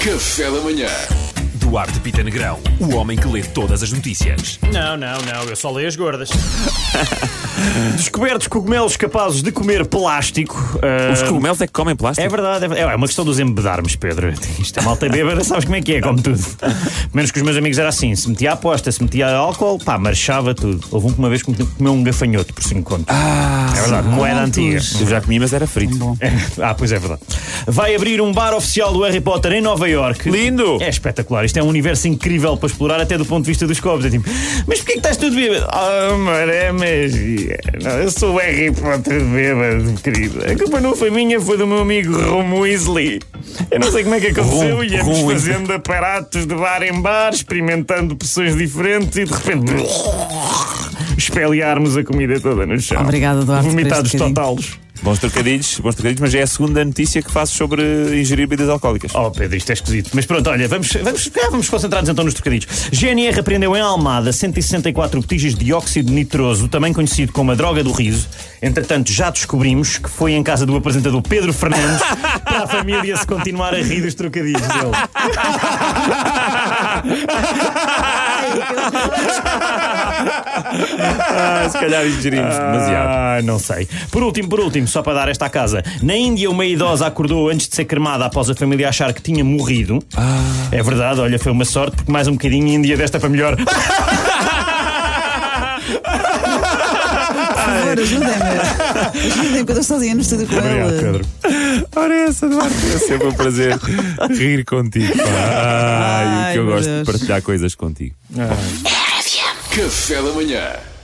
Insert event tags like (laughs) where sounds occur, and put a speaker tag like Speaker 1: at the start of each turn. Speaker 1: Café da Manhã.
Speaker 2: Duarte Pita Negrão, o homem que lê todas as notícias.
Speaker 3: Não, não, não, eu só leio as gordas.
Speaker 4: (laughs) Descobertos cogumelos capazes de comer plástico. ah,
Speaker 2: Os cogumelos é que comem
Speaker 4: É
Speaker 2: plástico?
Speaker 4: verdade, é verdade. É uma questão dos embedarmos, Pedro. Isto é malta bêbada, sabes como é que é, como tudo. Menos que os meus amigos era assim: se metia a aposta, se metia álcool, pá, marchava tudo. Houve um que uma vez comeu comeu um gafanhoto por 5 contos.
Speaker 2: Ah,
Speaker 4: é verdade, moeda antiga.
Speaker 2: Eu já comi, mas era frito.
Speaker 4: (laughs) ah, pois é verdade. Vai abrir um bar oficial do Harry Potter em Nova York.
Speaker 2: Lindo!
Speaker 4: É espetacular, isto é um universo incrível para explorar, até do ponto de vista dos cobres. É tipo, mas porquê que estás tudo bêbado? Ah, amor, é magia. Não, eu sou o Harry Potter bêbado, querido. A culpa não foi minha, foi do meu amigo Ron Weasley. Eu não sei como é que aconteceu,
Speaker 2: Ron-
Speaker 4: íamos
Speaker 2: Ron Weasley.
Speaker 4: fazendo aparatos de bar em bar, experimentando pessoas diferentes e de repente. (laughs) espelharmos a comida toda no chão.
Speaker 5: Obrigada, Duarte, por
Speaker 4: Vomitados
Speaker 5: este bocadinho.
Speaker 4: totalos.
Speaker 2: Bons trocadilhos, bons trocadilhos, mas é a segunda notícia que faço sobre ingerir bebidas alcoólicas.
Speaker 4: Oh, Pedro, isto é esquisito. Mas pronto, olha, vamos, vamos, ah, vamos concentrar-nos então nos trocadilhos. GNR apreendeu em Almada 164 botijas de dióxido nitroso, também conhecido como a droga do riso. Entretanto, já descobrimos que foi em casa do apresentador Pedro Fernandes para a família se continuar a rir dos trocadilhos dele.
Speaker 2: (laughs) Ah, se calhar ingerimos demasiado.
Speaker 4: Ah, não sei. Por último, por último, só para dar esta à casa. Na Índia, uma idosa acordou antes de ser cremada após a família achar que tinha morrido. É verdade, olha, foi uma sorte, porque mais um bocadinho a Índia desta para melhor.
Speaker 5: Por favor, ajudem-me. Ajudem-me, que eu estou sozinha no estúdio com ele.
Speaker 2: (laughs) Ora, essa, Duarte, é sempre um prazer rir contigo. pá. Ai,
Speaker 5: Ai,
Speaker 2: que eu
Speaker 5: meu
Speaker 2: gosto de
Speaker 5: Deus.
Speaker 2: partilhar coisas contigo.
Speaker 1: Café da Manhã.